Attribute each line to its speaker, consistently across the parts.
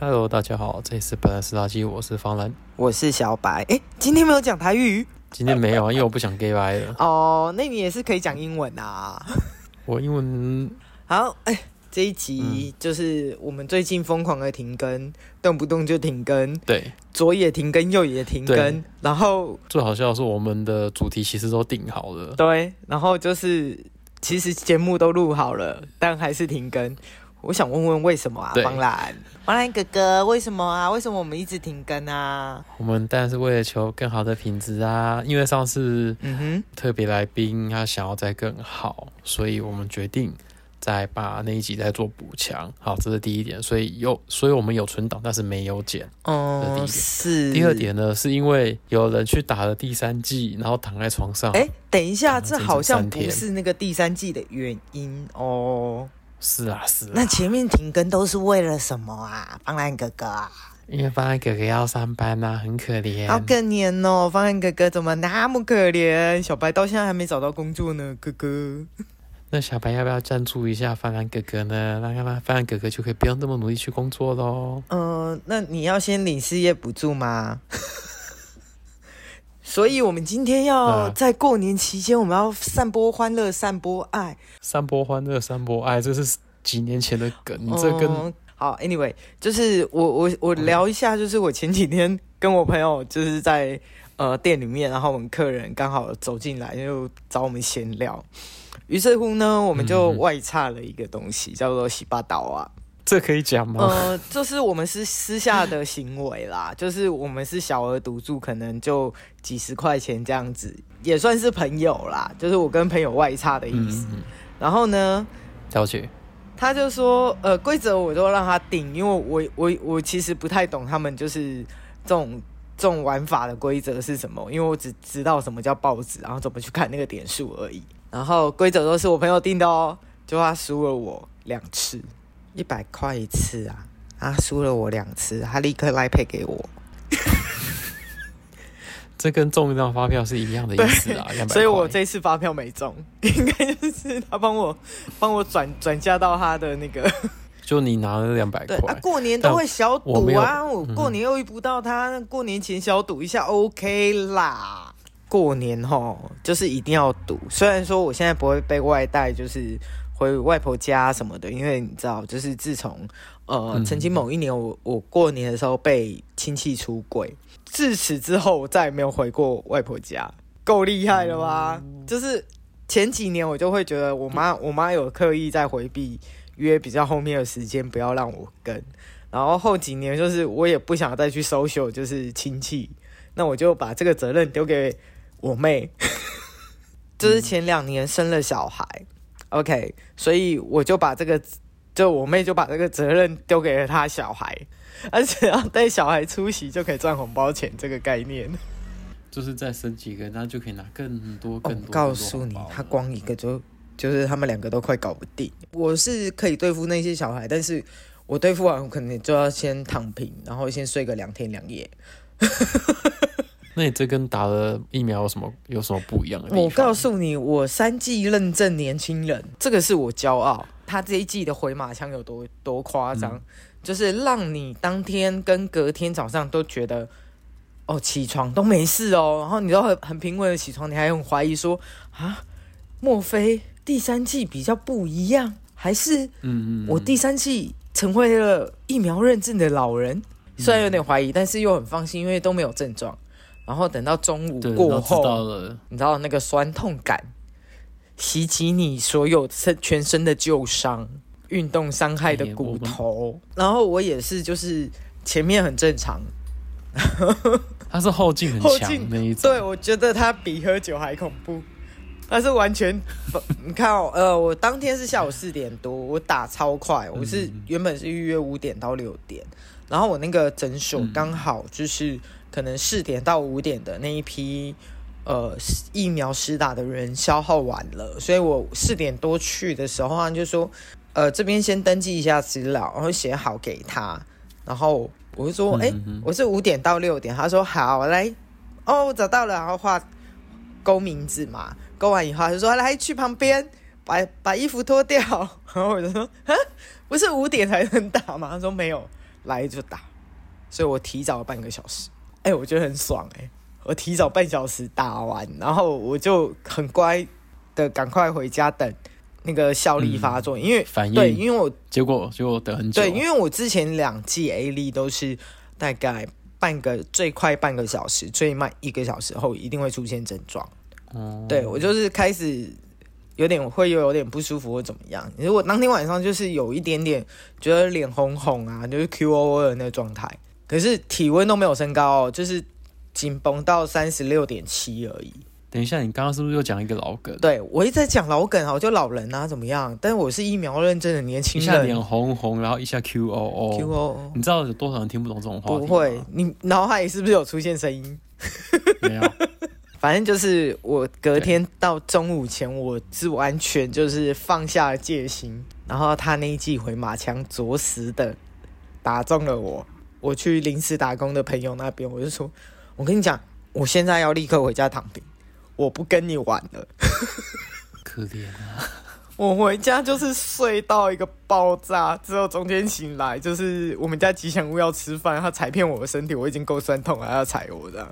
Speaker 1: Hello，大家好，这里是本来是垃圾，我是方兰。
Speaker 2: 我是小白。哎、今天没有讲台语
Speaker 1: 今天没有啊，因为我不想 gay 白了。
Speaker 2: 哦，那你也是可以讲英文啊。
Speaker 1: 我英文
Speaker 2: 好，哎、这一集就是我们最近疯狂的停更，动不动就停更，
Speaker 1: 对
Speaker 2: 左也停更，右也停
Speaker 1: 对
Speaker 2: 更，然后
Speaker 1: 最好笑的是，我们的主题其实都定好了，
Speaker 2: 对，然后就是其实节目都录好了，但还是停更。我想问问为什么啊，
Speaker 1: 对
Speaker 2: 方兰，方兰哥哥，为什么啊？为什么我们一直停更啊？
Speaker 1: 我们当然是为了求更好的品质啊。因为上次
Speaker 2: 嗯哼，
Speaker 1: 特别来宾他想要再更好，所以我们决定再把那一集再做补强。好，这是第一点，所以有，所以我们有存档，但是没有剪。这第一
Speaker 2: 哦，
Speaker 1: 点
Speaker 2: 是
Speaker 1: 第二，点呢，是因为有人去打了第三剂，然后躺在床上。
Speaker 2: 哎、等一下，
Speaker 1: 啊
Speaker 2: 这
Speaker 1: 整整
Speaker 2: 好像
Speaker 1: 三天
Speaker 2: 不是那个第三季的原因哦。
Speaker 1: 是啊，是啊。
Speaker 2: 那前面停更都是为了什么啊？方兰哥哥啊，
Speaker 1: 因为方案哥哥要上班呐、很可怜。
Speaker 2: 好可怜哦，方兰哥哥怎么那么可怜？小白到现在还没找到工作呢，哥哥。
Speaker 1: 那小白要不要赞助一下方案哥哥呢？让他方案哥哥就可以不用那么努力去工作喽。
Speaker 2: 嗯、那你要先领失业补 助吗？所以，我们今天要
Speaker 1: 啊
Speaker 2: 在过年期间，我们要散播欢乐，散播爱。
Speaker 1: 三波欢乐三波爱，这是几年前的梗，你这跟、
Speaker 2: 嗯好，anyway，就是我我我聊一下，就是我前几天跟我朋友就是在呃店里面，然后我们客人刚好走进来，就找我们闲聊。于是乎呢，我们就
Speaker 1: 嗯嗯
Speaker 2: 外差了一个东西，叫做洗巴岛啊。
Speaker 1: 这可以讲吗？
Speaker 2: 呃，就是我们是私下的行为啦，就是我们是小额赌注，可能就几十块钱这样子，也算是朋友啦，就是我跟朋友外差的意思。
Speaker 1: 嗯，
Speaker 2: 然后呢，
Speaker 1: 了解。
Speaker 2: 他就说，呃，规则我都让他定，因为我我我其实不太懂他们就是这种这种玩法的规则是什么，因为我只知道什么叫报纸，然后怎么去看那个点数而已。然后规则都是我朋友定的哦，就他输了我两次，一百块一次啊，他输了我两次，他立刻来配给我，
Speaker 1: 这跟中一张发票是一样的意思啊，两百
Speaker 2: 所以我这次发票没中，应该就是他帮我帮我转转嫁到他的那个。
Speaker 1: 就你拿了两百
Speaker 2: 对啊
Speaker 1: 块，，
Speaker 2: 过年都会小
Speaker 1: 但我
Speaker 2: 赌
Speaker 1: 没有嗯
Speaker 2: 啊，我过年又遇不到他，过年前小赌一下 OK 啦。过年吼，就是一定要赌。虽然说我现在不会被外带，就是回外婆家什么的，因为你知道，就是自从呃，
Speaker 1: 嗯
Speaker 2: 曾经某一年我我过年的时候被亲戚出轨，自此之后我再也没有回过外婆家，够厉害了吧？就是前几年我就会觉得我妈我妈有刻意在回避约比较后面的时间，不要让我跟。然后后几年就是我也不想再去 social，就是亲戚，那我就把这个责任丢给我妹。 就是前两年生了小孩，OK，所以我就把这个，就我妹就把这个责任丢给了她小孩，而且要带小孩出席就可以赚红包钱这个概念。
Speaker 1: 就是再生几个，那就可以拿更多
Speaker 2: 我
Speaker 1: 更多。
Speaker 2: 哦告诉你，他光一个就就是他们两个都快搞不定。我是可以对付那些小孩，但是我对付完，我可能就要先躺平，然后先睡个两天两夜。
Speaker 1: 那你这跟打了疫苗有什么有什么不一样的地方？
Speaker 2: 我告诉你，我三季认证年轻人，这个是我骄傲。他这一季的回马枪有多多夸
Speaker 1: 嗯
Speaker 2: 张，就是让你当天跟隔天早上都觉得，哦，起床都没事哦，然后你都很很平稳的起床，你还很怀疑说啊，莫非第三季比较不一样，还是
Speaker 1: 嗯，嗯嗯，
Speaker 2: 我第三季成为了疫苗认证的老人，
Speaker 1: 嗯
Speaker 2: 虽然有点怀疑，但是又很放心，因为都没有症状。然后等到中午
Speaker 1: 对，
Speaker 2: 过
Speaker 1: 都知
Speaker 2: 后，
Speaker 1: 道了。
Speaker 2: 你知道那个酸痛感袭击你所有身全身的旧伤、运动伤害的骨头。然后我也是，就是前面很正常，
Speaker 1: 他是后劲很
Speaker 2: 后
Speaker 1: 强
Speaker 2: 劲
Speaker 1: 那一种，
Speaker 2: 对我觉得它比喝酒还恐怖。它是完全， 你看哦，呃，我当天是下午四点多，我打超快，
Speaker 1: 嗯
Speaker 2: 我是原本是预约五点到六点，然后我那个诊所
Speaker 1: 嗯
Speaker 2: 刚好就是可能四点到五点的那一批呃疫苗施打的人消耗完了，所以我四点多去的时候，他就说，呃，这边先登记一下资料，然后写好给他，然后我就说，
Speaker 1: 嗯
Speaker 2: 哎、
Speaker 1: 嗯嗯
Speaker 2: 我是五点到六点，他说好，来，哦，我找到了，然后画勾名字嘛，勾完以后他就说来去旁边把把衣服脱掉，然后我就说，哈，不是五点才能打吗？他说没有，来就打，所以我提早了半个小时。哎、我觉得很爽哎、我提早半小时打完，然后我就很乖的赶快回家等那个效力发作，因为
Speaker 1: 反
Speaker 2: 对，
Speaker 1: 应，
Speaker 2: 嗯因为我
Speaker 1: 结果结果等很久，
Speaker 2: 对，因为我之前两季 A 力都是大概半个最快半个小时，最慢一个小时后一定会出现症状。
Speaker 1: 哦
Speaker 2: 对我就是开始有点会有点不舒服或怎么样。如果当天晚上就是有一点点觉得脸红红啊，就是 QOO 的那个状态，可是体温都没有升高哦，就是紧绷到三十六点七而已。
Speaker 1: 等一下，你刚刚是不是又讲一个老梗？
Speaker 2: 对我一直在讲老梗啊，我就老人啊怎么样？但是我是疫苗认证的年
Speaker 1: 一
Speaker 2: 轻
Speaker 1: 下
Speaker 2: 人
Speaker 1: 脸红红，然后一下 Q O O，
Speaker 2: ，QOO
Speaker 1: 你知道有多少人听不懂这种话题吗？
Speaker 2: 不会，你脑海里是不是有出现声音？
Speaker 1: 没有，
Speaker 2: 反正就是我隔天到中午前，我是完全就是放下了戒心。然后他那一记回马枪着实的打中了我。我去临时打工的朋友那边，我就说：“我跟你讲，我现在要立刻回家躺平，我不跟你玩了。
Speaker 1: 可怜啊！
Speaker 2: 我回家就是睡到一个爆炸，之后中间醒来，就是我们家吉祥物要吃饭，他踩遍我的身体，我已经够酸痛了，还要踩我这样。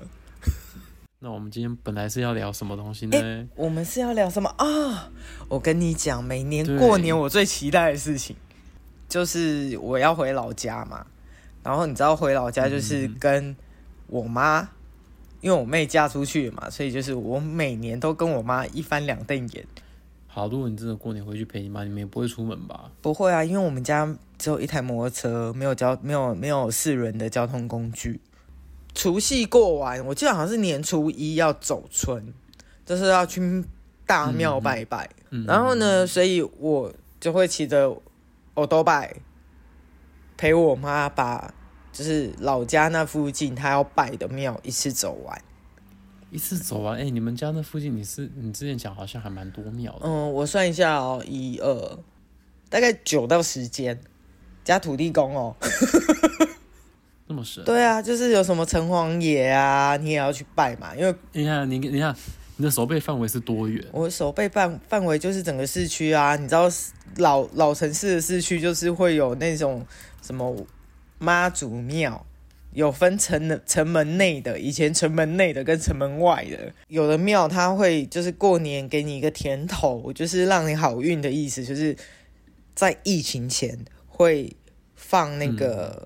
Speaker 1: 那我们今天本来是要聊什么东西呢？
Speaker 2: 我们是要聊什么啊、我跟你讲，每年
Speaker 1: 对
Speaker 2: 过年我最期待的事情就是我要回老家嘛。然后你知道回老家就是
Speaker 1: 嗯
Speaker 2: 跟我妈，因为我妹嫁出去嘛，所以就是我每年都跟我妈一翻两瞪眼。
Speaker 1: 好，如果你真的过年回去陪你妈，你们也不会出门吧？
Speaker 2: 不会啊，因为我们家只有一台摩托车，没有交没有没有四轮的交通工具。除夕过完，我记得好像是年初一要走村，就是要去大庙拜拜。
Speaker 1: 嗯，
Speaker 2: 然后呢，所以我就会骑着欧多拜陪我妈把就是老家那附近她要拜的庙一次走完。
Speaker 1: 一次走完，哎、你们家那附近你是你之前讲好像还蛮多庙的，
Speaker 2: 嗯，我算一下哦，一二，大概九到十间，加土地公哦。
Speaker 1: 那么神？
Speaker 2: 对啊，就是有什么城隍爷啊，你也要去拜嘛，因为
Speaker 1: 你看你你看你的手背范围是多远？
Speaker 2: 我手背范范围就是整个市区啊，你知道老老城市的市区就是会有那种什么妈祖庙，有分城城门内的，以前城门内的跟城门外的，有的庙它会就是过年给你一个甜头，就是让你好运的意思，就是在疫情前会放那个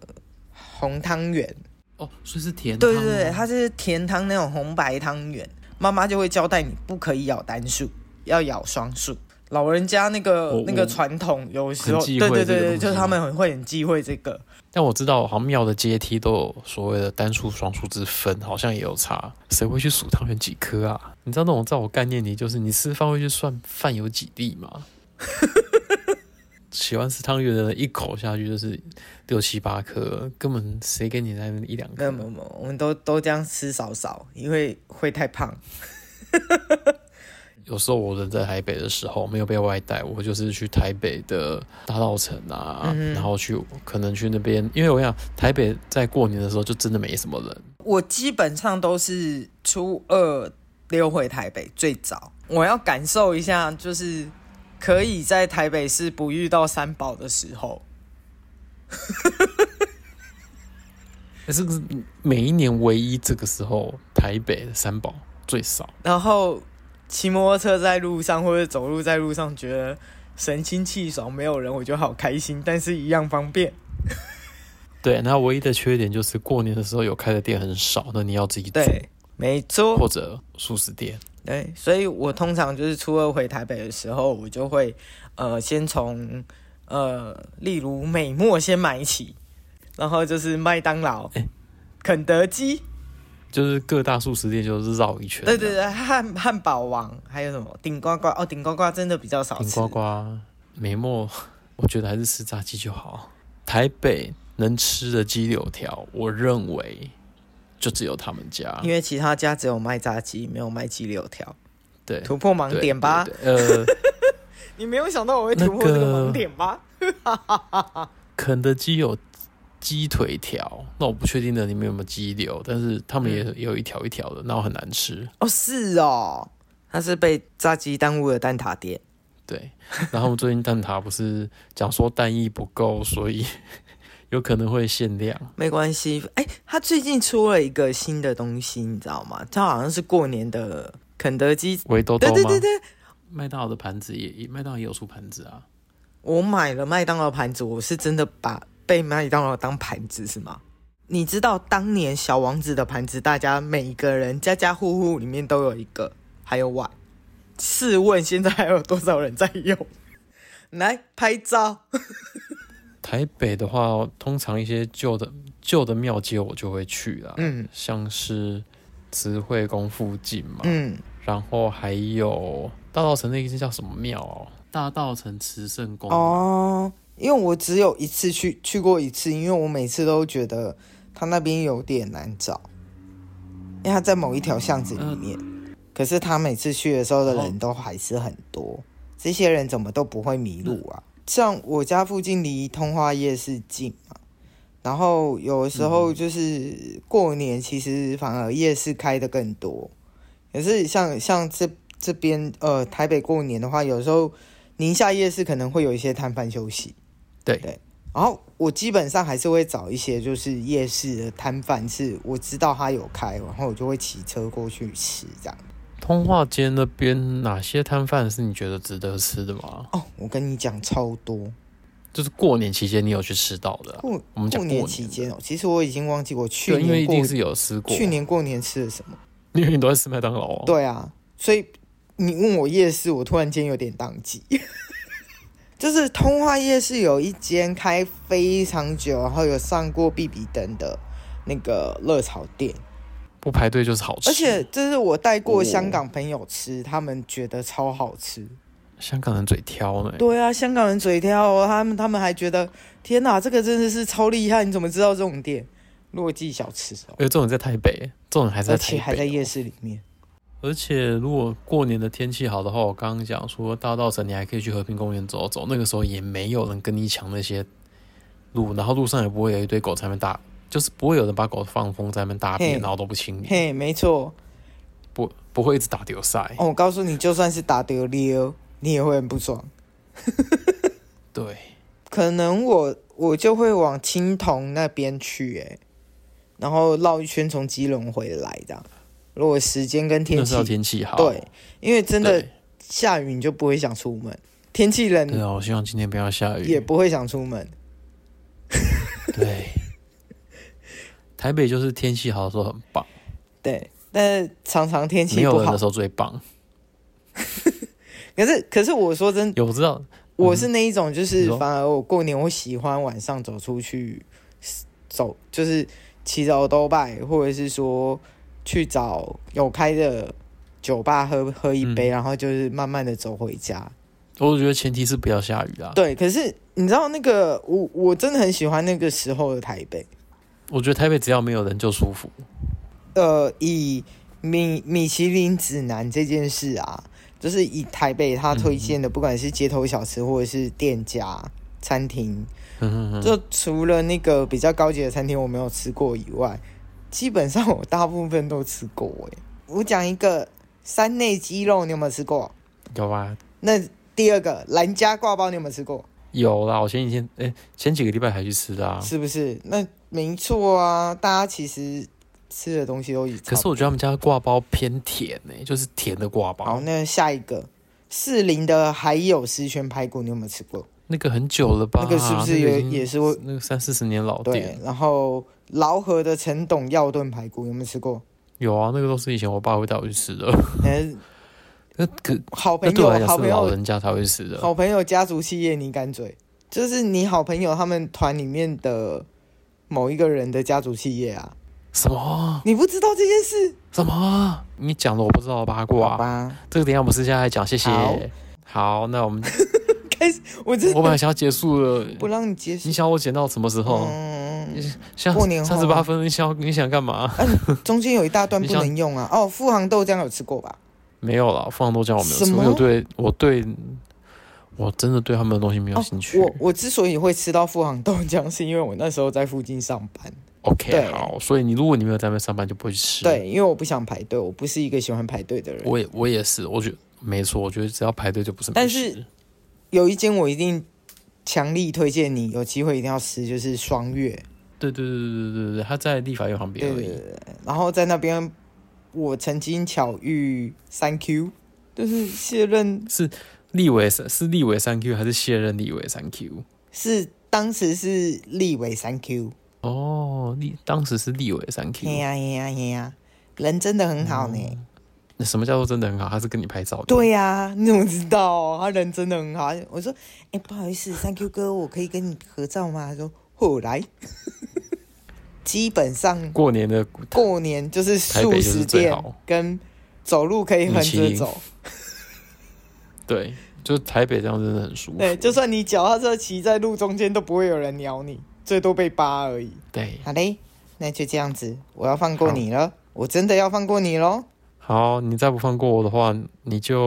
Speaker 2: 红汤圆，
Speaker 1: 哦，所以是甜汤
Speaker 2: 对
Speaker 1: 吗。
Speaker 2: 对对，它是甜汤那种红白汤圆，妈妈就会交代你不可以咬单数，要咬双数。老人家那个
Speaker 1: 哦我
Speaker 2: 那个
Speaker 1: 我
Speaker 2: 传统，有时候
Speaker 1: 很忌
Speaker 2: 对
Speaker 1: 讳
Speaker 2: 对
Speaker 1: 这
Speaker 2: 对
Speaker 1: 个
Speaker 2: 对，
Speaker 1: 东
Speaker 2: 就是
Speaker 1: 西
Speaker 2: 他们很会很忌讳这个。
Speaker 1: 但我知道好像庙的阶梯都有所谓的单数、双数之分，好像也有差。谁会去数汤圆几颗啊？你知道那种在我概念里，就是你吃饭会去算饭有几粒吗？ 喜欢吃汤圆的人一口下去就是六七八颗，根本谁给你那一两
Speaker 2: 没有
Speaker 1: 颗
Speaker 2: 没？有没有，我们都都这样吃少少，因为会太胖。
Speaker 1: 有时候我人在台北的时候没有被外带，我就是去台北的大稻城啊，
Speaker 2: 嗯哼
Speaker 1: 然后去可能去那边，因为我想台北在过年的时候就真的没什么人，
Speaker 2: 我基本上都是初二溜回台北，最早我要感受一下，就是可以在台北市不遇到三宝的时候。
Speaker 1: 可是每一年唯一这个时候，台北的三宝最少。
Speaker 2: 然后骑摩托车在路上或者走路在路上，觉得神清气爽，没有人，我觉得好开心，但是一样方便。
Speaker 1: 对，那唯一的缺点就是过年的时候有开的店很少，那你要自己煮，
Speaker 2: 对，没错，
Speaker 1: 或者素食店。
Speaker 2: 对，所以我通常就是初二回台北的时候，我就会呃先从呃例如美墨先买起，然后就是麦当劳
Speaker 1: 哎、
Speaker 2: 肯德基，
Speaker 1: 就是各大素食店就是绕一圈，
Speaker 2: 对对，对，汉汉堡王，还有什么顶呱呱哦，顶呱呱真的比较少
Speaker 1: 顶
Speaker 2: 吃，
Speaker 1: 呱呱、美墨，我觉得还是吃炸鸡就好。台北能吃的鸡柳条，我认为就只有他们家
Speaker 2: 因。为其他家只有卖炸鸡，没有卖鸡柳条，
Speaker 1: 对，
Speaker 2: 突破盲
Speaker 1: 对
Speaker 2: 点吧。
Speaker 1: 对对呃，
Speaker 2: 你没有想到我会突破这个盲点吧？
Speaker 1: 肯德基有鸡腿条，那我不确定的里面有没有鸡柳，但是他们也
Speaker 2: 嗯
Speaker 1: 也有一条一条的，那我很难吃。
Speaker 2: 哦，是哦，他是被炸鸡耽误了蛋挞店。
Speaker 1: 对，然后他们最近蛋挞不是讲说蛋液不够，所以 有可能会限量。
Speaker 2: 没关系。哎、他最近出了一个新的东西，你知道吗？它好像是过年的肯德基。
Speaker 1: 围兜兜
Speaker 2: 对
Speaker 1: 吗？
Speaker 2: 对对对，
Speaker 1: 麦当劳的盘子也，也麦当劳也有出盘子啊。
Speaker 2: 我买了麦当劳盘子，我是真的把被麦当劳当盘子是吗？你知道当年小王子的盘子，大家每一个人家家户户里面都有一个，还有碗。试问现在还有多少人在用？来拍照，
Speaker 1: 台北的话，通常一些旧的旧的庙街我就会去啦，
Speaker 2: 嗯
Speaker 1: 像是慈惠宫附近嘛，
Speaker 2: 嗯，
Speaker 1: 然后还有大道城那一间叫什么庙哦？大道城慈圣宫嘛
Speaker 2: 哦，因为我只有一次去去过一次，因为我每次都觉得他那边有点难找，因为他在某一条巷子里面。可是他每次去的时候的人都还是很多，这些人怎么都不会迷路啊？像我家附近离通化夜市近嘛，然后有的时候就是过年，其实反而夜市开的更多。可是像像这这边呃台北过年的话，有时候宁夏夜市可能会有一些摊贩休息。
Speaker 1: 对
Speaker 2: 对，然后我基本上还是会找一些就是夜市的摊贩，是我知道他有开，然后我就会骑车过去吃这样。
Speaker 1: 通化街那边哪些摊贩是你觉得值得吃的吗？
Speaker 2: 哦，我跟你讲超多，
Speaker 1: 就是过年期间你有去吃到的啊、
Speaker 2: 过
Speaker 1: 我们讲
Speaker 2: 过
Speaker 1: 过年
Speaker 2: 年期间哦，其实我已经忘记我去
Speaker 1: 对，因为
Speaker 2: 年
Speaker 1: 一
Speaker 2: 过
Speaker 1: 定是有吃过，
Speaker 2: 去年过年吃了什么。
Speaker 1: 因为你都在吃麦当劳、哦。
Speaker 2: 对啊，所以你问我夜市，我突然间有点宕机。 就是通化夜市有一间开非常久，然后有上过必比登的那个热炒店，
Speaker 1: 不排队就是好吃。
Speaker 2: 而且这是我带过香港朋友吃，他们觉得超好吃。
Speaker 1: 香港人嘴挑呢，
Speaker 2: 对啊，香港人嘴挑、哦，他们他们还觉得天哪，这个真的是超厉害！你怎么知道这种店？落记小吃哦，
Speaker 1: 而且这种人在台北，这种人还是
Speaker 2: 而
Speaker 1: 在
Speaker 2: 且
Speaker 1: 台
Speaker 2: 还在
Speaker 1: 北哦
Speaker 2: 夜市里面。
Speaker 1: 而且如果过年的天气好的话，我刚刚讲说大稻城，你还可以去和平公园走走，那个时候也没有人跟你抢那些路，然后路上也不会有一堆狗在那边大，就是不会有人把狗放风在那边大便，
Speaker 2: 嘿
Speaker 1: 然后都不清理，
Speaker 2: 嘿，没错，
Speaker 1: 不不会一直打丢塞。
Speaker 2: 哦，我告诉你，就算是打丢溜，你也会很不爽。
Speaker 1: 对，
Speaker 2: 可能我我就会往青铜那边去、欸，然后绕一圈从基隆回来这样。如果时间跟天
Speaker 1: 那
Speaker 2: 气
Speaker 1: 时候天气好。
Speaker 2: 对，因为真的
Speaker 1: 对
Speaker 2: 下雨你就不会想出门，天气冷
Speaker 1: 对啊，我希望今天不要下雨。
Speaker 2: 也不会想出门。
Speaker 1: 对，台北就是天气好的时候很棒，
Speaker 2: 对，但是常常天
Speaker 1: 没
Speaker 2: 气
Speaker 1: 有
Speaker 2: 不
Speaker 1: 人
Speaker 2: 好
Speaker 1: 的时，候最棒。
Speaker 2: 可是可是我说真，
Speaker 1: 有我知道，
Speaker 2: 我是那一种，就
Speaker 1: 嗯你
Speaker 2: 是
Speaker 1: 说
Speaker 2: 反而我过年我喜欢晚上走出去走，就是骑着欧都拜，或者是说去找有开的酒吧喝喝一
Speaker 1: 嗯
Speaker 2: 杯，然后就是慢慢的走回家。
Speaker 1: 哦我觉得前提是不要下雨啦。
Speaker 2: 对，可是你知道那个我我真的很喜欢那个时候的台北。
Speaker 1: 我觉得台北只要没有人就舒服。
Speaker 2: 呃，以米米其林指南这件事啊，就是以台北他推荐的，不管是街头小吃或者是店家、餐厅，
Speaker 1: 嗯哼哼
Speaker 2: 就除了那个比较高级的餐厅我没有吃过以外，基本上我大部分都吃过、欸。我讲一个山内鸡肉，你有没有吃过？
Speaker 1: 有啊吧？
Speaker 2: 那第二个兰家挂包，你有没有吃过？
Speaker 1: 有啦，我前几天哎、前几个礼拜还去吃的啊。
Speaker 2: 是不是？那没错啊，大家其实吃的东西都已。
Speaker 1: 可是我觉得他们家的挂包偏甜呢、就是甜的挂
Speaker 2: 好，
Speaker 1: 包，
Speaker 2: 那下一个士林的还有十全排骨，你有没有吃过？
Speaker 1: 那个很久了吧？
Speaker 2: 那个是不是
Speaker 1: 那个
Speaker 2: 也
Speaker 1: 已经
Speaker 2: 也是会
Speaker 1: 那个三四十年老
Speaker 2: 对
Speaker 1: 店？？
Speaker 2: 然后劳合的陈董药炖排骨有没有吃过？
Speaker 1: 有啊，那个都是以前我爸会带我去吃的。
Speaker 2: 嗯，
Speaker 1: 那个
Speaker 2: 好
Speaker 1: 那
Speaker 2: 朋
Speaker 1: 对啊我来
Speaker 2: 友，好
Speaker 1: 讲是
Speaker 2: 朋
Speaker 1: 老
Speaker 2: 友，
Speaker 1: 人家才会吃的。
Speaker 2: 好朋友家族企业，你敢嘴？就是你好朋友他们团里面的某一个人的家族企业啊，
Speaker 1: 什么
Speaker 2: 你不知道这件事？
Speaker 1: 什么？你讲的我不知道的八卦、
Speaker 2: 好吧，
Speaker 1: 这个等一下我们私下来讲，谢谢。
Speaker 2: 好
Speaker 1: 好，那我们
Speaker 2: 我真
Speaker 1: 我本来想要结束 了，
Speaker 2: 不让你接受
Speaker 1: 你。想我剪到什么时候？
Speaker 2: 嗯，
Speaker 1: 像
Speaker 2: 过年后
Speaker 1: 三十八分，你想你想干嘛？
Speaker 2: 中间有一大段
Speaker 1: 你
Speaker 2: 不
Speaker 1: 想
Speaker 2: 能用啊。哦，富航豆浆有吃过吧？
Speaker 1: 没有啦，放豆浆我没有
Speaker 2: 什
Speaker 1: 吃，
Speaker 2: 么
Speaker 1: 我有对我对我真的对他们的东西没有
Speaker 2: 哦
Speaker 1: 兴趣。
Speaker 2: 我我之所以会吃到富航豆浆， 是因为我那时候在附近上班。对
Speaker 1: OK，好，所以你如果你没有在那边上班，就不会去吃。，
Speaker 2: 对，因为我不想排队，我不是一个喜欢排队的人。
Speaker 1: 我也我也是，我觉得没错，我觉得只要排队就不是美食。
Speaker 2: 但是有一间我一定强力推荐你有机会一定要吃，就是双月。
Speaker 1: 对对对对对对对，他在立法院旁边
Speaker 2: 对
Speaker 1: 而
Speaker 2: 对
Speaker 1: 已。
Speaker 2: 对。然后在那边，我曾经巧遇三 Q，就是卸任
Speaker 1: 立委是是立委三 Q 还是卸任立委三 Q？
Speaker 2: 是当时是立委三 Q，
Speaker 1: 哦，立当时是立委三
Speaker 2: 嘿
Speaker 1: Q，
Speaker 2: 哎
Speaker 1: 嗯
Speaker 2: 呀嘿呀嘿呀，人真的很好呢。
Speaker 1: 那什么叫做真的很好？他是跟你拍照的。
Speaker 2: 对呀、你怎么知道、他人真的很好。我说，哎、不好意思，三 Q 哥，我可以跟你合照吗？他说，后来， 基本上
Speaker 1: 过年的
Speaker 2: 过年就是
Speaker 1: 台北就
Speaker 2: 素
Speaker 1: 是
Speaker 2: 食
Speaker 1: 最
Speaker 2: 店
Speaker 1: 好，
Speaker 2: 跟走路可以横
Speaker 1: 米
Speaker 2: 着
Speaker 1: 其林
Speaker 2: 走，
Speaker 1: 对，就台北这样真的很舒服。
Speaker 2: 对，就算你脚踏车骑在路中间都不会有人鸟你，最多被扒而已。
Speaker 1: 对，
Speaker 2: 好嘞，那就这样子，我要放过
Speaker 1: 好
Speaker 2: 你了，我真的要放过你喽，
Speaker 1: 好，你再不放过我的话，你就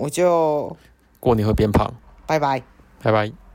Speaker 2: 我就
Speaker 1: 过年会变胖。
Speaker 2: 拜拜。
Speaker 1: 拜拜。